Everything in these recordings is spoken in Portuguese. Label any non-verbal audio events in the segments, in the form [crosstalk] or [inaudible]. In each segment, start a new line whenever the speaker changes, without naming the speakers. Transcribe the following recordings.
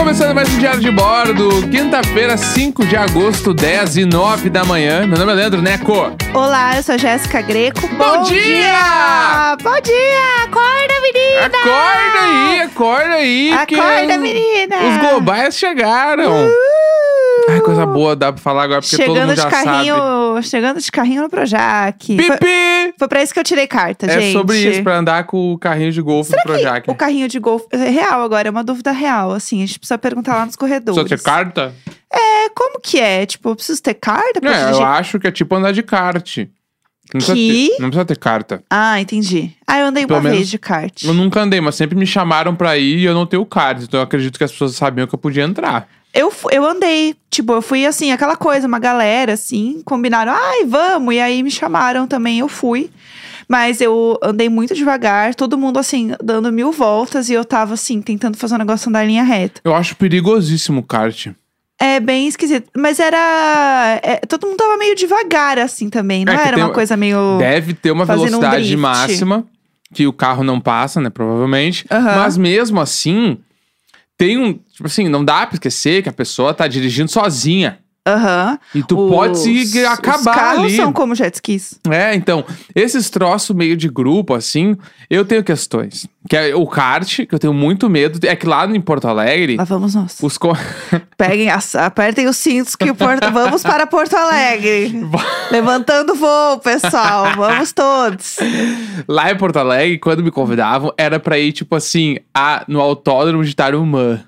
Podcast um Diário de Bordo, quinta-feira, 5 de agosto, 10 e 9 da manhã. Meu nome é Leandro Neco.
Olá, eu sou a Jéssica Greco.
Bom dia!
Bom dia! Acorda, menina!
Acorda aí, acorda aí.
Acorda,
que
menina!
Os globais chegaram.
Uh!
Ai, coisa boa, dá pra falar agora, porque todo
Chegando
mundo já
de carrinho, chegando de carrinho no Projac.
sabe.
Foi,
Pipi!
foi pra isso que eu tirei carta,
É
gente.
sobre isso, pra andar com o carrinho de golfe do Projac.
O carrinho de golfe é real agora, é uma dúvida real, assim, a gente precisa perguntar lá nos corredores.
Só ter carta?
É, como que é? Tipo, eu preciso ter carta pra
É, eu
dirigir?
acho que é tipo andar de kart. Não precisa,
Que?
ter, não precisa ter carta.
Ah, entendi. Ah, eu andei
Pelo
uma
menos-
vez de kart.
Eu nunca andei, mas sempre me chamaram pra ir e eu não tenho kart. Então eu acredito que as pessoas sabiam que eu podia entrar.
Eu, fu- eu andei, tipo, eu fui assim, aquela coisa, uma galera assim, combinaram, ai, vamos, e aí me chamaram também, eu fui. Mas eu andei muito devagar, todo mundo assim, dando mil voltas, e eu tava assim, tentando fazer um negócio andar em linha reta.
Eu acho perigosíssimo o kart.
É bem esquisito, mas era. é, todo mundo tava meio devagar assim também, não
É que
era
tem-
uma coisa meio.
Deve ter uma
fazendo um
velocidade
drift.
máxima que o carro não passa, né? Provavelmente.
Aham.
Mas mesmo assim, tem um. Tipo assim, não dá pra esquecer que a pessoa tá dirigindo sozinha.
Aham.
E tu pode se
Os-
acabar
os carros
ali.
são como jet skis.
É, então, esses troços meio de grupo, assim, eu tenho questões. Que é o kart, que eu tenho muito medo. É que lá em Porto Alegre,
Lá vamos nós.
os. co- [laughs]
Peguem, as- apertem os cintos que o Porto, vamos para
[laughs]
Porto Alegre. Levantando voo, pessoal. Vamos todos.
lá em Porto Alegre, quando me convidavam, era pra ir, tipo assim, a... no autódromo de Tarumã.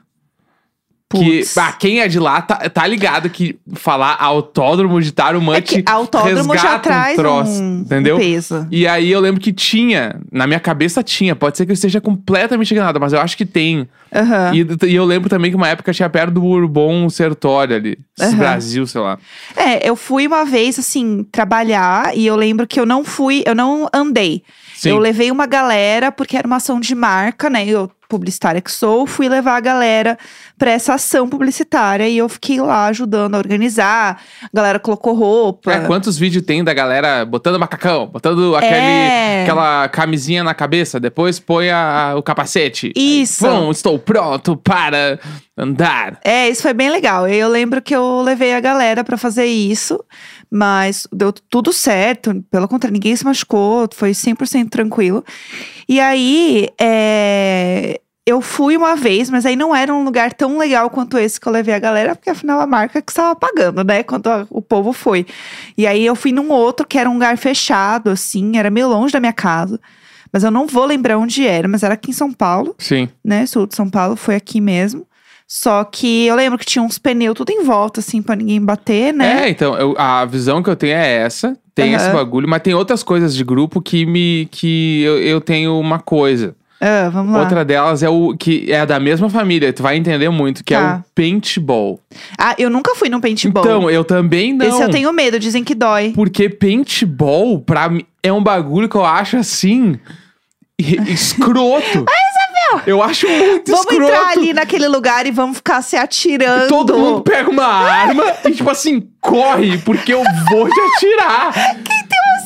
Que,
Putz.
ah, quem é de lá tá, tá ligado que falar autódromo de Tarumã
é que
te
autódromo
resgata
já traz
um troço,
um-
entendeu?
um peso.
E aí eu lembro que tinha, na minha cabeça tinha, pode ser que eu esteja completamente enganado, mas eu acho que tem.
Aham.
E, e eu lembro também que uma época tinha perto do Bourbon um Sertório ali.
Aham.
Brasil, sei lá.
É, eu fui uma vez, assim, trabalhar e eu lembro que eu não fui, eu não andei.
Sim.
Eu levei uma galera, porque era uma ação de marca, né? Eu, publicitária que sou, fui levar a galera pra essa ação publicitária e eu fiquei lá ajudando a organizar. A galera colocou roupa.
É, quantos vídeos tem da galera botando macacão, botando aquele,
É.
aquela camisinha na cabeça, depois põe a- a- o capacete.
Isso.
Aí, Bom, estou pronto para andar.
É, isso foi bem legal. Eu lembro que eu levei a galera pra fazer isso, mas deu tudo certo. Pelo contrário, ninguém se machucou, foi 100% tranquilo. E aí, é, eu fui uma vez, mas aí não era um lugar tão legal quanto esse que eu levei a galera, porque afinal a marca que estava pagando, né? Quando a- o povo foi. E aí eu fui num outro que era um lugar fechado, assim, era meio longe da minha casa. Mas eu não vou lembrar onde era, mas era aqui em São Paulo
Sim.
né? Sul de São Paulo, foi aqui mesmo. Só que eu lembro que tinha uns pneus tudo em volta, assim, pra ninguém bater, né?
É, então, eu- a visão que eu tenho é essa. Tem esse
Aham.
bagulho, mas tem outras coisas de grupo que me. que eu, eu tenho uma coisa.
Ah, vamos lá.
É. Outra delas é o que é da mesma família, tu vai entender muito, que é
Tá.
o paintball.
Ah, eu nunca fui num paintball.
Então, eu também não.
Esse eu tenho medo, dizem que dói.
Porque paintball, pra mim, é um bagulho que eu acho assim.
[laughs]
e- escroto. Eu acho muito
Vamos
escroto.
entrar ali naquele lugar e vamos ficar se atirando.
Todo mundo pega uma arma e, tipo assim, corre, porque eu vou te atirar.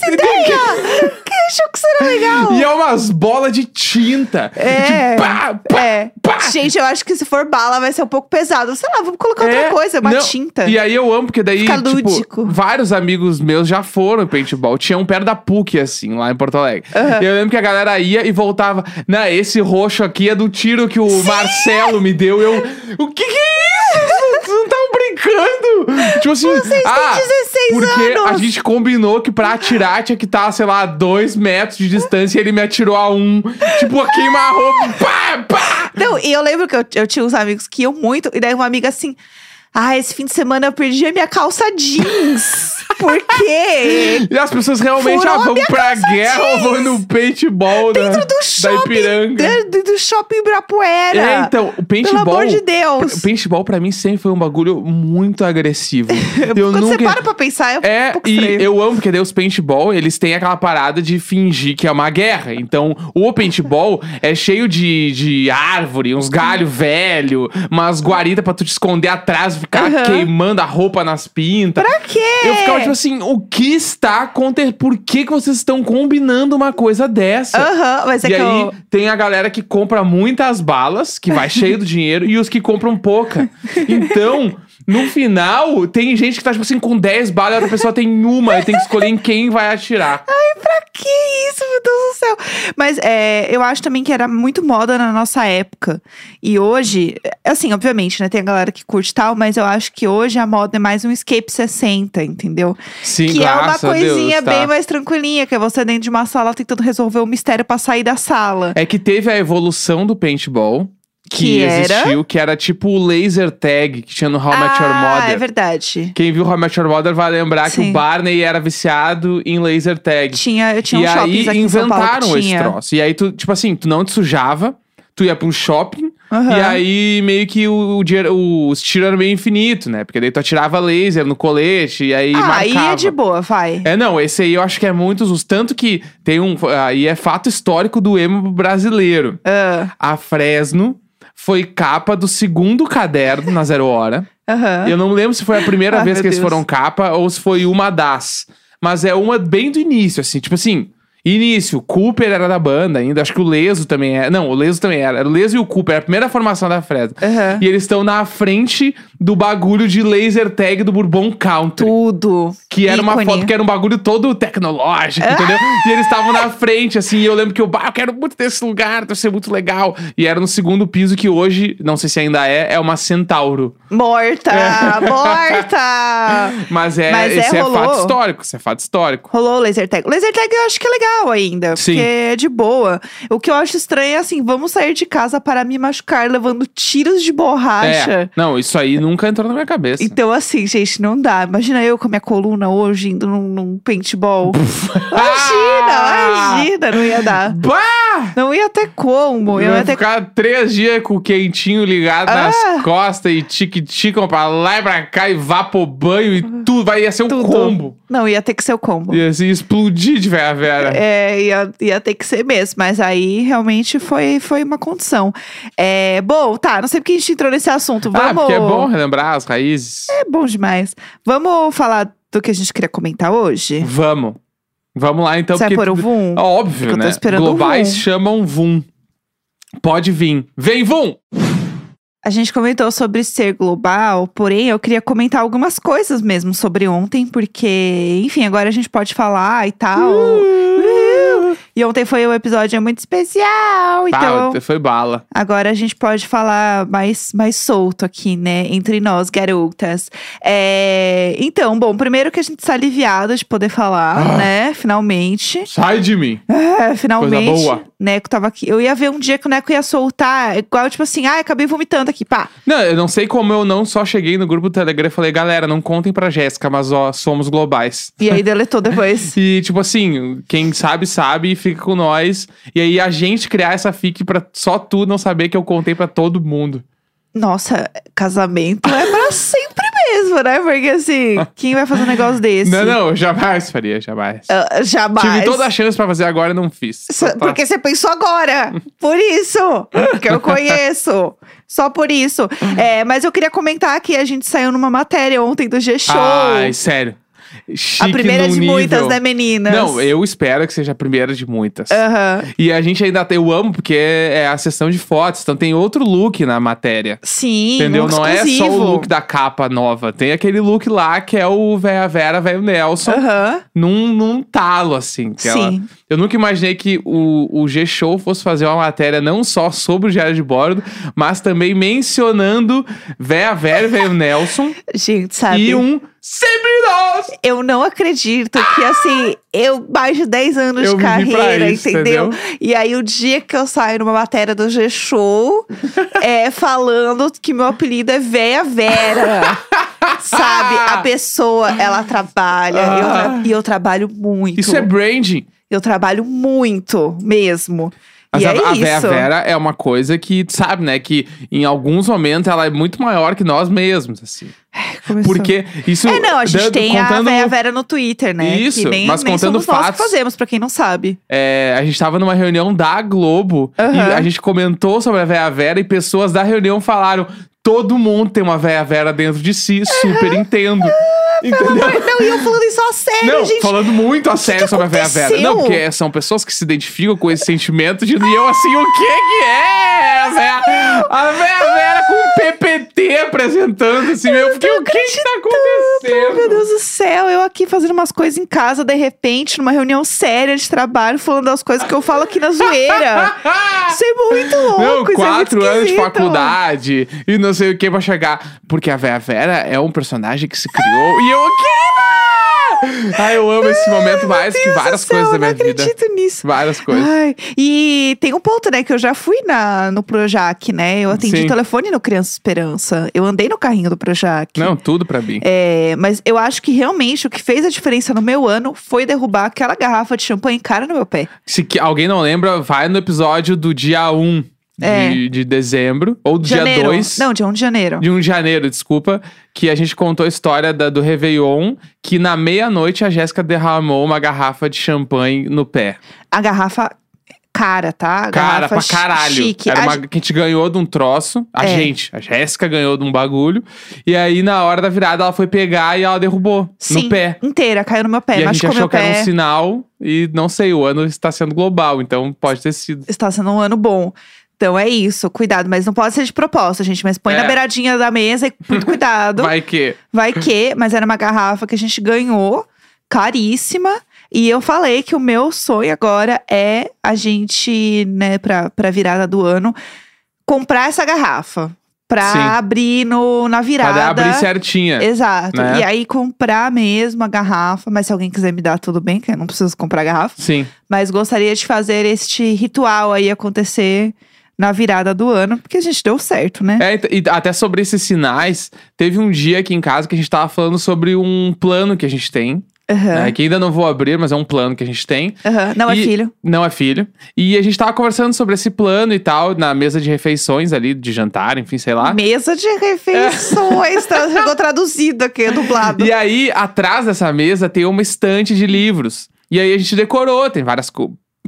Essa ideia! [laughs] que achou que será legal?
E é umas bolas de tinta.
É.
De pá, pá.
É. Gente, eu acho que se for bala vai ser um pouco pesado. Sei lá, vamos colocar
É,
outra coisa, uma
não,
tinta.
E aí eu amo, porque daí,
Fica
tipo,
lúdico.
vários amigos meus já foram paintball. Tinha um perto da PUC, assim, lá em Porto Alegre. E eu lembro que a galera ia e voltava. Não, esse roxo aqui é do tiro que o Marcelo me deu. Eu, o que que é isso? Vocês não estavam brincando? Tipo assim, Vocês ah,
16
porque a
anos.
gente combinou que pra atirar tinha que estar, sei lá, a dois metros de distância e ele me atirou a um. Tipo, a queimar a roupa. Pá, pá.
Não, e eu lembro que eu, eu tinha uns amigos que iam muito, e daí uma amiga assim. Ah, esse fim de semana eu perdi a minha calça jeans. Por
[laughs]
quê?
E as pessoas realmente,
Furou
ah,
a
vamos
minha
pra
calça
guerra ou
jeans.
vão no paintball da,
Dentro do
da
shopping.
Ipiranga.
Dentro do shopping Ibirapuera.
É, então, o
Pelo
paintball...
amor de
O
Deus.
paintball pra mim sempre foi um bagulho muito
[laughs]
agressivo. eu
Quando
nunca...
você para pra pensar, é um
É,
pouco
e
estranho.
eu amo, porque daí os paintball, eles têm aquela parada de fingir que é uma guerra. Então, o paintball é cheio de, de árvore, uns galhos velho, umas guaritas pra tu te esconder atrás, ficar
Aham.
queimando a roupa nas pintas.
Pra quê?
Eu ficava tipo assim, o que está acontecendo? Por que, que vocês estão combinando uma coisa dessa?
Aham, mas
assim,
é
e
que
aí
eu.
tem a galera que compra muitas balas, que vai cheio do dinheiro, e os que compram pouca. Então, no final, tem gente que tá, tipo assim, com 10 balas, e a outra pessoa tem uma, e tem que escolher em quem vai atirar.
[laughs] Que isso, meu Deus do céu. Mas é, eu acho também que era muito moda na nossa época. E hoje, assim, obviamente, né? Tem a galera que curte e tal, mas eu acho que hoje a moda é mais um escape 60, entendeu?
Sim,
que é uma
graças a Deus,
coisinha
tá.
bem mais tranquilinha, que é você dentro de uma sala tentando resolver o mistério pra sair da sala.
É que teve a evolução do paintball. Que,
Que era?
existiu, que era tipo o laser tag que tinha no How I Met Your
ah, é
Mother.
verdade.
Quem viu How I Met Your Mother vai lembrar que
Sim.
o Barney era viciado em laser tag.
Tinha, eu tinha
e
um
aí
shopping aqui em São Paulo que
inventaram esse
tinha.
troço. E aí tu, tipo assim, tu não te sujava, tu ia pra um shopping.
Aham.
E aí, meio que o, o, dinheiro- os tiros eram meio infinito, né? Porque daí tu atirava laser no colete e aí
ah,
marcava.
aí é de boa, vai.
É, não, esse aí eu acho que é muitos os Tanto que tem um. Aí é fato histórico do emo brasileiro.
Ah,
A Fresno foi capa do segundo caderno na Zero Hora.
Ah, Aham.
Eu não lembro se foi a primeira
[laughs] Ah,
vez
meu
que eles
Deus.
foram capa ou se foi uma das. Mas é uma bem do início, assim. Tipo assim, início, Cooper era da banda ainda. Acho que o Leso também era. Não, o Leso também era. Era o Leso e o Cooper, era a primeira formação da Fresno.
Aham.
E eles estão na frente do bagulho de laser tag do Bourbon Country.
Tudo.
Que era uma
Ícone. Ah.
foto que era um bagulho todo tecnológico, entendeu? E eles estavam na frente, assim, e eu lembro que eu, bah, eu quero muito ter esse lugar, deve ser muito legal. E era no segundo piso que hoje, não sei se ainda é, é uma Centauro.
Morta!
É.
[laughs] Morta!
Mas é,
Mas é,
esse é,
rolou.
fato histórico, esse é fato histórico.
Rolou o laser tag. O laser tag eu acho que é legal ainda,
Sim.
porque é de boa. O que eu acho estranho é assim, vamos sair de casa para me machucar levando tiros de borracha.
É. Não, isso aí nunca entrou na minha cabeça.
Então, assim, gente, não dá. Imagina eu com a minha coluna hoje indo num, num paintball.
Ah!
imagina, imagina, não ia dar.
Bah!
Não ia ter como.
Eu
Eu ia
ia
ter
ficar três dias com o quentinho ligado
Ah!
nas costas e tique-ticam pra lá e pra cá e vá pro banho e tudo. Vai, ia ser um
tudo.
combo.
Não, ia ter que ser o combo.
Ia assim, explodir de velha vera.
É, ia, ia ter que ser mesmo, mas aí realmente foi, foi uma condição. É, bom, tá, não sei porque a gente entrou nesse assunto. Vamos.
Ah, porque é bom relembrar as raízes.
É bom demais. Vamos falar do que a gente queria comentar hoje?
Vamos. Vamos lá, então.
Você vai
porque
pôr o VUM?
Ó, Óbvio,
Porque eu tô
né?
esperando o
Globais
Vum.
chamam VUM. Pode vir. Vem, VUM!
A gente comentou sobre ser global, porém eu queria comentar algumas coisas mesmo sobre ontem, porque, enfim, agora a gente pode falar e tal.
Uh!
E ontem foi um episódio muito especial, então
Pá, foi bala.
agora a gente pode falar mais, mais solto aqui, né? Entre nós, garotas. É, Então, bom, primeiro que a gente está aliviada de poder falar,
Ah.
né? Finalmente.
Sai de mim.
É, finalmente.
boa.
Neco tava aqui. Eu ia ver um dia que o Neco ia soltar, igual, tipo assim, ah, acabei vomitando aqui, pá.
Não, eu não sei como eu não só cheguei no grupo do Telegram e falei, galera, não contem pra Jéssica, mas ó, somos globais.
E aí deletou
[laughs]
depois.
E, tipo assim, quem sabe, sabe e fica com nós. E aí a gente criar essa fic pra só tu não saber que eu contei pra todo mundo.
Nossa, casamento é pra sempre mesmo, né? Porque assim, quem vai fazer um negócio
[laughs]
desse?
Não, não, eu jamais faria, jamais.
Ah, jamais.
Tive toda a chance pra fazer agora e não fiz.
Isso- é
Só tá-
Porque você pensou agora. Por isso. Que eu conheço. Só por isso.
Uhum.
É, mas eu queria comentar que a gente saiu numa matéria ontem do G-Show.
Ai, sério.
é a
Chique
primeira
num
de
Ah, nível.
muitas, né, meninas? É.
Não, eu espero que seja a primeira de muitas.
Aham.
E a gente ainda tem, eu amo, porque é a sessão de fotos, então tem outro look na matéria.
Sim,
Entendeu?
look
Não
exclusivo.
é só o look da capa nova. Tem aquele look lá que é o Véia Vera, velho Nelson,
Aham.
num, num talo, assim. que ela-
Ah. Sim.
Eu nunca imaginei que o, o G-Show fosse fazer uma matéria não só sobre o Diário de Bordo, mas também mencionando Véia Vera, velho Nelson
Gente, [laughs] sabe?
e um Sempre Nós!
Eu não acredito que, assim, eu mais de 10 anos
Eu
de
vivi pra
carreira,
isso,
entendeu?
entendeu?
E aí, o dia que eu saio numa matéria do G-Show, é falando que meu apelido é
[laughs]
Véia Vera. Sabe? A pessoa, ela trabalha. eu tra- e eu trabalho muito.
Ah. Isso é branding.
Eu trabalho muito mesmo.
Mas
e
a,
é
a
isso.
Vera Vera é uma coisa que, tu sabe, né? Que em alguns momentos ela é muito maior que nós mesmos, assim.
Começou.
Porque isso.
É, não, a gente
dando-
tem
contando, um,
a Véia Vera no Twitter, né?
Isso,
que nem,
mas
nem
contando
somos nós que
fatos.
fazemos, pra quem não sabe.
é, a gente tava numa reunião da Globo
Aham.
e a gente comentou sobre a Vera Vera e pessoas da reunião falaram: Todo mundo tem uma véia Vera dentro de si, super entendo.
Ah,
Entendeu?
Não, e eu falando isso a sério,
Não,
É, gente.
falando muito a sério
que
sobre a Vera Vera.
aconteceu?
Não, porque são pessoas que se identificam com esse sentimento de. E eu assim, o que que é? A Vera, a Vera, Vera com um PPT apresentando assim, eu fiquei, o que que tá
Meu
acontecendo?
Deus do céu, eu aqui fazendo umas coisas em casa, de repente, numa reunião séria de trabalho, falando das coisas que eu falo aqui na zoeira.
[laughs]
Isso é muito louco,
Não,
isso é muito
quatro anos de
esquisito.
faculdade e não sei o que pra chegar. Porque a Vera Vera é um personagem que se criou e eu aqui. Ah, eu amo esse momento mais que
Meu Deus do
várias
céu,
coisas da
eu
minha
não
vida.
acredito nisso.
Várias coisas.
Ai, e tem um ponto, né, que eu já fui na, no Projac, né? Eu atendi
Sim.
o telefone no Criança Esperança. Eu andei no carrinho do Projac.
Não, tudo pra mim.
É, mas eu acho que realmente o que fez a diferença no meu ano foi derrubar aquela garrafa de champanhe cara no meu pé.
Se que- alguém não lembra, vai no episódio do dia 1
É.
de, de dezembro, ou do dia
janeiro.
2.
Não, dia 1 de janeiro.
De 1 de janeiro, desculpa, que a gente contou a história da- do Réveillon, que na meia-noite a Jéssica derramou uma garrafa de champanhe no pé.
A garrafa cara, tá?
Cara,
A garrafa
pra
chi-
caralho.
chique.
Era
A
uma
ge-
que a gente ganhou de um troço. A
É.
gente, a Jéssica ganhou de um bagulho. E aí, na hora da virada, ela foi pegar e ela derrubou
Sim, É,
no pé.
inteira, caiu no meu pé,
e a gente
machucou
achou
meu
que era
pé.
um sinal. E não sei, o ano está sendo global, então pode ter sido.
Está sendo um ano bom. Então é isso, cuidado, mas não pode ser de proposta, gente. Mas põe
É.
na beiradinha da mesa e
[laughs]
muito cuidado.
Vai que.
Vai que, mas era uma garrafa que a gente ganhou, caríssima. E eu falei que o meu sonho agora é a gente, né, pra, pra virada do ano, comprar essa garrafa. Pra
Sim.
abrir no, na virada.
Pra abrir certinha.
Exato.
né?
E aí comprar mesmo a garrafa. Mas se alguém quiser me dar, tudo bem, que eu não preciso comprar a garrafa.
Sim.
Mas gostaria de fazer este ritual aí acontecer na virada do ano, porque a gente deu certo, né?
É, e e até sobre esses sinais, teve um dia aqui em casa que a gente tava falando sobre um plano que a gente tem,
Aham.
né, que ainda não vou abrir, mas é um plano que a gente tem.
aham. Não
E-
é filho.
Não é filho. E a gente tava conversando sobre esse plano e tal, na mesa de refeições ali, de jantar, enfim, sei lá.
Mesa de
[laughs]
refeições. tra- Chegou traduzido aqui, é dublado.
E aí, atrás dessa mesa tem uma estante de livros. E aí a gente decorou, tem vários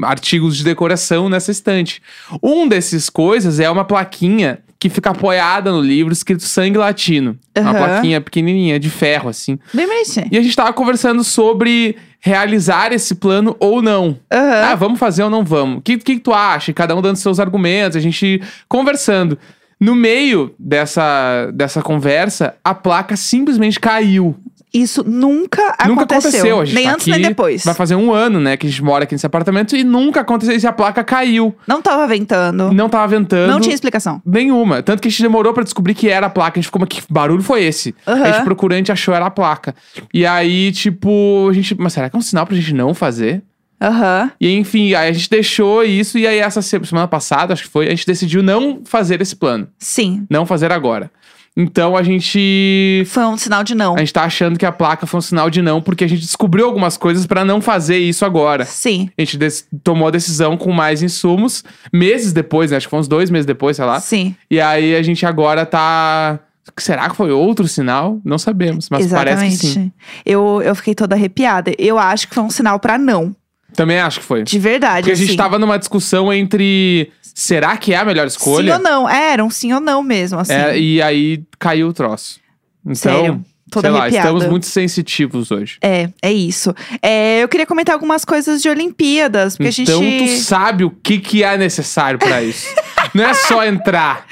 artigos de decoração nessa estante. Um desses coisas é uma plaquinha que fica apoiada no livro escrito Sangue Latino. É Uma
Aham.
plaquinha pequenininha, de ferro, assim.
Bem bonitinho.
E a gente tava conversando sobre realizar esse plano ou não.
Aham.
Ah, vamos fazer ou não vamos? O que, que tu acha? E Cada um dando seus argumentos, a gente conversando. No meio dessa, dessa conversa, a placa simplesmente caiu.
Isso nunca,
Nunca aconteceu. A gente
nem
tá
antes nem
aqui,
depois.
Vai fazer um ano, né, que a gente mora aqui nesse apartamento e nunca aconteceu isso. E a placa caiu.
Não tava ventando.
Não tava ventando.
Não tinha explicação.
Nenhuma. Tanto que a gente demorou pra descobrir que era a placa. A gente ficou, mas que barulho foi esse?
Aham.
A gente procurou, a gente achou era a placa. E aí, tipo, a gente. Mas será que é um sinal pra gente não fazer?
Aham.
E enfim, aí a gente deixou isso. E aí, essa se- semana passada, acho que foi, a gente decidiu não fazer esse plano.
Sim.
Não fazer agora. Então a gente.
Foi um sinal de não.
A gente tá achando que a placa foi um sinal de não, porque a gente descobriu algumas coisas pra não fazer isso agora.
Sim.
A gente des- tomou a decisão com mais insumos, meses depois, né? Acho que foi uns dois meses depois, sei lá.
Sim.
E aí a gente agora tá. Será que foi outro sinal? Não sabemos, mas parece que
Exatamente.
sim.
Eu, eu fiquei toda arrepiada. Eu acho que foi um sinal pra não.
Também acho que foi.
De verdade.
Porque a gente
assim.
tava numa discussão entre será que é a melhor
Sim ou
escolha?
não. É, era um sim ou não mesmo, assim.
É, e aí caiu o troço. Então,
Sério. Toda
sei lá,
arrepiada.
estamos muito sensitivos hoje.
É, é isso. É, eu queria comentar algumas coisas de Olimpíadas, porque
então
a gente.
tu sabe o que, que é necessário pra isso.
[laughs]
não é só entrar.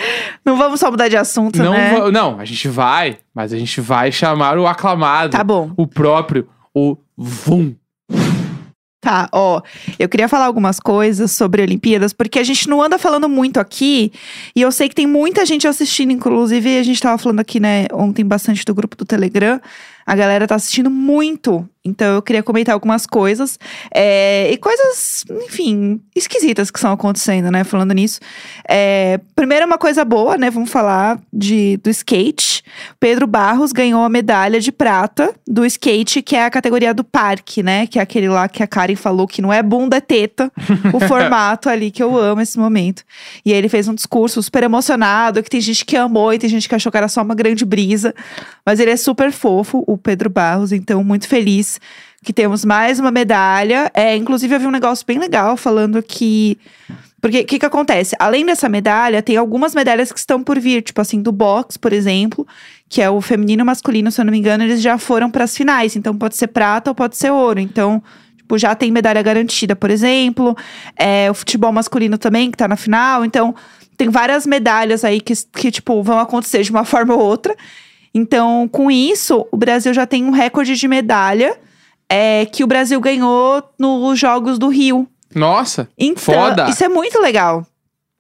Não vamos só mudar de assunto,
não,
né?
va- não, a gente vai, mas a gente vai chamar o aclamado.
Tá bom.
o próprio, o VUM.
Tá, ó. Eu queria falar algumas coisas sobre Olimpíadas, porque a gente não anda falando muito aqui. E eu sei que tem muita gente assistindo, inclusive a gente tava falando aqui, né, ontem bastante do grupo do Telegram. A galera tá assistindo muito. Então eu queria comentar algumas coisas. é, e coisas, enfim, esquisitas que estão acontecendo, né, falando nisso. É, primeiro, uma coisa boa, né, vamos falar de, do skate. Pedro Barros ganhou a medalha de prata do skate, que é a categoria do parque, né? Que é aquele lá que a Karen falou que não é bunda, é teta. o formato ali que eu amo esse momento. E aí ele fez um discurso super emocionado, que tem gente que amou e tem gente que achou que era só uma grande brisa. Mas ele é super fofo, o Pedro Barros, então muito feliz que temos mais uma medalha. É, inclusive, eu vi um negócio bem legal falando que Porque o que, que acontece? Além dessa medalha, tem algumas medalhas que estão por vir, tipo assim, do box, por exemplo, que é o feminino e o masculino, se eu não me engano, eles já foram para as finais. Então pode ser prata ou pode ser ouro. Então, tipo, já tem medalha garantida, por exemplo. É, o futebol masculino também, que tá na final. Então, tem várias medalhas aí que, que, tipo, vão acontecer de uma [laughs] forma ou outra. Então, com isso, o Brasil já tem um recorde de medalha é, que o Brasil ganhou nos Jogos do Rio.
Nossa,
Então,
Foda.
isso é muito legal.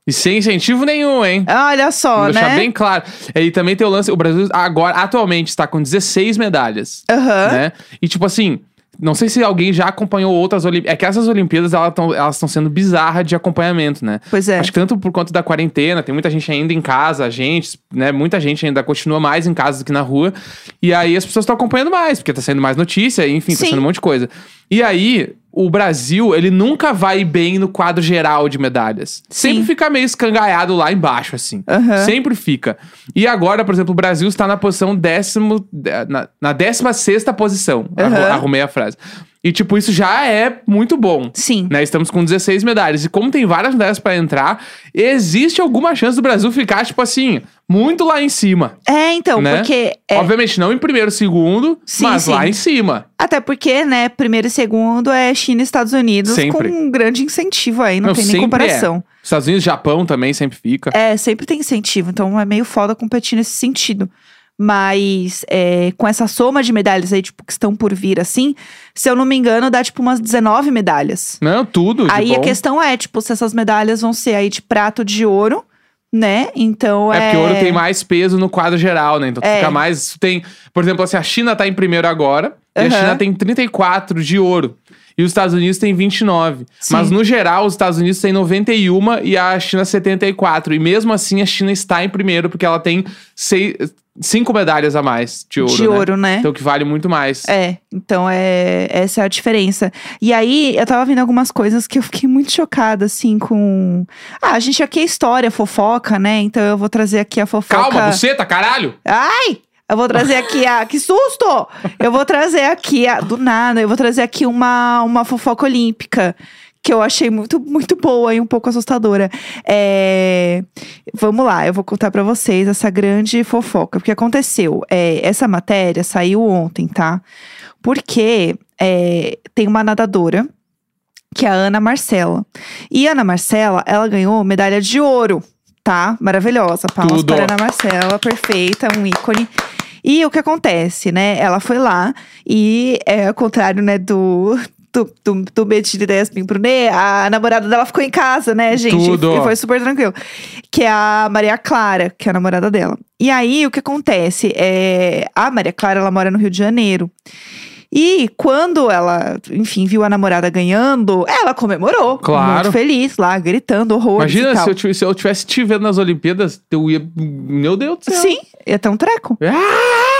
e sem incentivo nenhum, hein?
Olha só,
Vamos deixar
né?
bem claro. É, E também tem o lance, o Brasil agora, atualmente, está com 16 medalhas,
Aham.
né? E tipo assim, não sei se alguém já acompanhou outras Olimpíadas. É que essas Olimpíadas, elas estão elas tão sendo bizarras de acompanhamento, né?
Pois é.
Acho que tanto por conta da quarentena, tem muita gente ainda em casa, a gente, né? Muita gente ainda continua mais em casa do que na rua. E aí as pessoas estão acompanhando mais, porque tá saindo mais notícia, enfim, tá
Sim.
saindo um monte de coisa. E aí, o Brasil, ele nunca vai bem no quadro geral de medalhas. Sempre
Sim.
fica meio escangalhado lá embaixo, assim.
Aham.
Sempre fica. E agora, por exemplo, o Brasil está na posição décimo. de- Na, na 16 posição. Arru-
Aham.
Arrumei a frase. E, tipo, isso já é muito bom.
Sim.
Né, estamos com 16 medalhas. E como tem várias medalhas pra entrar, existe alguma chance do Brasil ficar, tipo assim, muito lá em cima.
É, então,
Né?
porque. é,
Obviamente, não em primeiro, segundo,
Sim,
mas
sim.
lá em cima.
até porque, né, primeiro e segundo é China e Estados Unidos
Sempre.
com um grande incentivo aí, não,
Não,
tem nem
sempre é.
comparação.
Estados Unidos, Japão também sempre fica.
É. sempre tem incentivo, então é meio foda competir nesse sentido. Mas é, com essa soma de medalhas aí, tipo, que estão por vir assim, se eu não me engano, dá tipo umas 19 medalhas.
Não, tudo. de
É. aí
bom.
a questão é, tipo, se essas medalhas vão ser aí de prato de ouro, né? Então
É
é.
porque o ouro tem mais peso no quadro geral, né? Então tu
É.
fica mais. tu Tem, por exemplo, assim, a China tá em primeiro agora, e a
Aham.
China tem 34 de ouro. E os Estados Unidos tem 29.
Sim.
Mas no geral, os Estados Unidos tem 91 e a China 74. E mesmo assim, a China está em primeiro, porque ela tem sei- cinco medalhas a mais de ouro.
de
né?
ouro, né?
Então que vale muito mais.
É, então é essa é a diferença. E aí eu tava vendo algumas coisas que eu fiquei muito chocada assim com. Ah, a gente aqui é história, fofoca, né? Então eu vou trazer aqui a fofoca.
Calma, você tá caralho?
Ai, eu vou trazer aqui a que susto! Eu vou trazer aqui a do nada, eu vou trazer aqui uma uma fofoca olímpica. Que eu achei muito, muito boa e um pouco assustadora. É, Vamos lá, eu vou contar pra vocês essa grande fofoca. Porque aconteceu. é, Essa matéria saiu ontem, tá? porque é, tem uma nadadora, que é a Ana Marcela. E a Ana Marcela, ela ganhou medalha de ouro, tá? Maravilhosa. Palmas
Tudo.
para a Ana Marcela, perfeita, um ícone. E o que acontece, né? Ela foi lá e, é, ao contrário, né, do. Do, do, do Betty Despin Brunet, a namorada dela ficou em casa, né, gente?
Tudo.
E foi super tranquilo. Que é a Maria Clara, que é a namorada dela. E aí, o que acontece? É, a Maria Clara, ela mora no Rio de Janeiro. E quando ela, enfim, viu a namorada ganhando, ela comemorou.
Claro.
Muito feliz lá, gritando horrores e
Imagina
tal.
se eu, tivesse- se eu tivesse te vendo nas Olimpíadas, eu ia. Meu Deus do céu.
Sim, ia ter um treco.
Ah!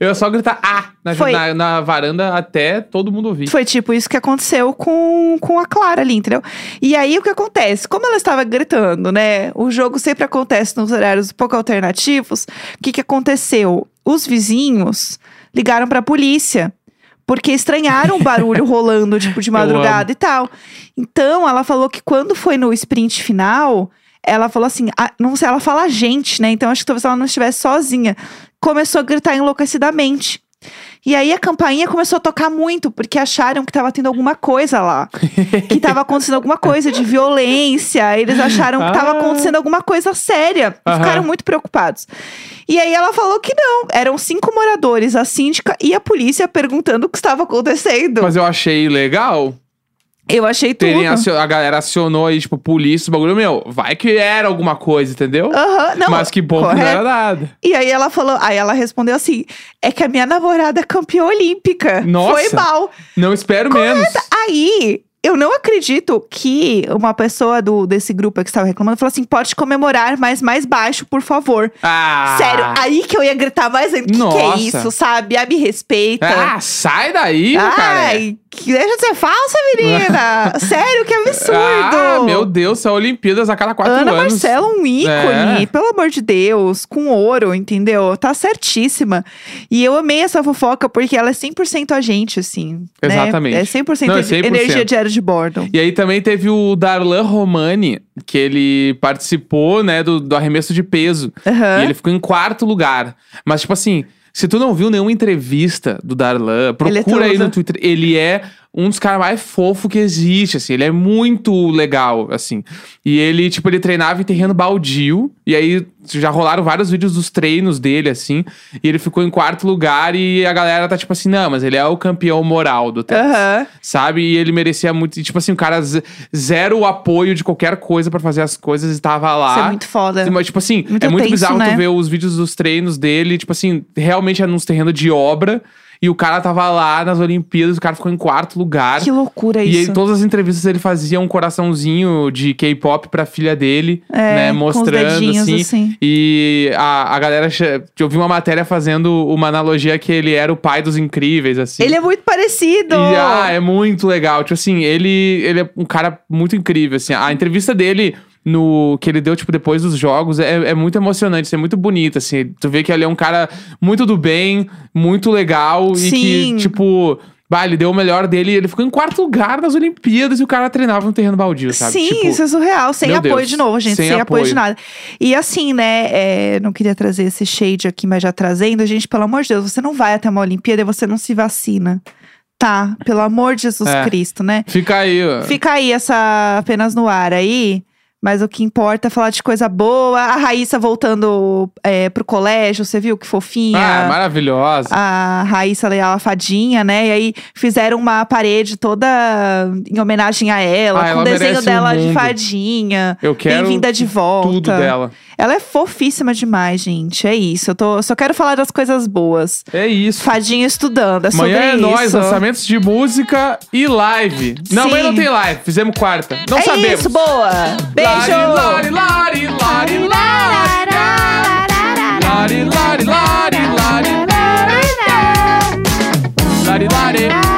Eu ia só gritar ah na,
Foi.
na- na varanda até todo mundo ouvir.
Foi tipo isso que aconteceu com, com a Clara ali, entendeu? E aí o que acontece? Como ela estava gritando, né? O jogo sempre acontece nos horários pouco alternativos. O que, que aconteceu? Os vizinhos ligaram pra polícia. Porque estranharam o barulho rolando, tipo, de madrugada e tal. Então, ela falou que quando foi no sprint final, ela falou assim: ah, não sei, ela fala a gente, né? Então, acho que talvez ela não estivesse sozinha. Começou a gritar enlouquecidamente. E aí a campainha começou a tocar muito, porque acharam que tava tendo alguma
[laughs]
coisa lá. que tava acontecendo alguma coisa de violência. Eles acharam que tava
Ah.
acontecendo alguma coisa séria. e
Aham.
Ficaram muito preocupados. E aí ela falou que não. Eram cinco moradores, a síndica e a polícia perguntando o que estava acontecendo.
Mas eu achei legal.
Eu achei tudo.
Terem acio- a galera acionou aí, tipo, polícia, o bagulho. Meu, vai que era alguma coisa, entendeu?
Aham, Ah, não.
Mas que bom que não é.
correto.
era nada.
E aí ela falou, aí ela respondeu assim: é que a minha namorada é campeã olímpica.
Nossa.
Foi mal.
Não espero menos.
Aí, eu não acredito que uma pessoa do, desse grupo que estava reclamando falou assim: pode comemorar, mas mais baixo, por favor.
Ah!
Sério, aí que eu ia gritar mais ainda. O que, que é
Nossa.
isso, sabe? Ah, me respeita.
Ah, sai daí, cara.
Ai, que deixa de ser falsa,
[laughs]
menina! Sério, que absurdo!
Ah, meu Deus, são Olimpíadas a cada quatro
Ana
anos.
Marcela, um ícone,
É.
pelo amor de Deus, com ouro, entendeu? Tá certíssima. E eu amei essa fofoca porque ela é 100% a gente, assim. né?
Exatamente.
É 100%,
Não, é
energia de
100%.
energia de bordo.
E aí também teve o Darlan Romani, que ele participou, né, do, do arremesso de peso.
Aham.
E ele ficou em quarto lugar. Mas, tipo assim, se tu não viu nenhuma entrevista do Darlan,
Ele é
procura aí
tudo.
no Twitter. Ele é um dos caras mais fofos que existe, assim. Ele é muito legal, assim. E ele, tipo, ele treinava em terreno baldio. E aí já rolaram vários vídeos dos treinos dele, assim. E ele ficou em quarto lugar e a galera tá tipo assim, não, mas ele é o campeão moral do tênis.
Aham.
Sabe? E ele merecia muito. E, tipo assim, o cara ze- zero apoio de qualquer coisa pra fazer as coisas e tava lá.
Isso é muito foda.
Mas, tipo assim,
Muito
é muito
tenso,
bizarro
né?
tu ver os vídeos dos treinos dele. Tipo assim, realmente é nos terrenos de obra. E o cara tava lá nas Olimpíadas, o cara ficou em quarto lugar.
Que loucura
e
isso.
ele, todas as entrevistas ele fazia um coraçãozinho de K-pop pra filha dele,
É,
né?
com os
Mostrando,
dedinhos,
assim. E a, a galera. che- Eu vi uma matéria fazendo uma analogia que ele era o pai dos incríveis, assim.
Ele é muito parecido.
E, ah, é muito legal. Tipo assim, ele, ele é um cara muito incrível, assim. A entrevista dele no que ele deu, tipo, depois dos jogos é, é muito emocionante, assim, é muito bonito, assim. Tu vê que ele é um cara muito do bem, muito legal e
Sim.
que, tipo... Bah, ele deu o melhor dele. Ele ficou em quarto lugar nas Olimpíadas e o cara treinava no terreno baldio, sabe?
Sim,
Tipo,
isso é surreal. Sem
meu
apoio
Deus,
de novo, gente. Sem,
sem
apoio. de
apoio.
nada. E assim, né? é, não queria trazer esse shade aqui, mas já trazendo. Gente, pelo amor de Deus, você não vai até uma Olimpíada e você não se vacina. Tá? Pelo amor de Jesus
É.
Cristo, né?
Fica aí, ó.
Fica aí essa apenas no ar aí. Mas o que importa é falar de coisa boa. A Raíssa voltando é, pro colégio, você viu que fofinha.
Ah, maravilhosa.
a Raíssa Leal, a fadinha, né? E aí fizeram uma parede toda em homenagem a ela,
Ah,
com
ela
o desenho
merece o
dela de
mundo.
fadinha.
Eu quero
Bem-vinda de volta.
tudo dela.
Ela é fofíssima demais, gente. É isso. Eu, tô, eu só quero falar das coisas boas.
É isso.
Fadinha estudando, é sobre
Amanhã é
isso.
nós, lançamentos de música e live. Não,
Sim.
amanhã não tem live, fizemos quarta. Não
é
sabemos.
isso, boa! Beijo!
Lari, lari, lari, lari, lari. Lari, lari, lari, lari. Lari, lari.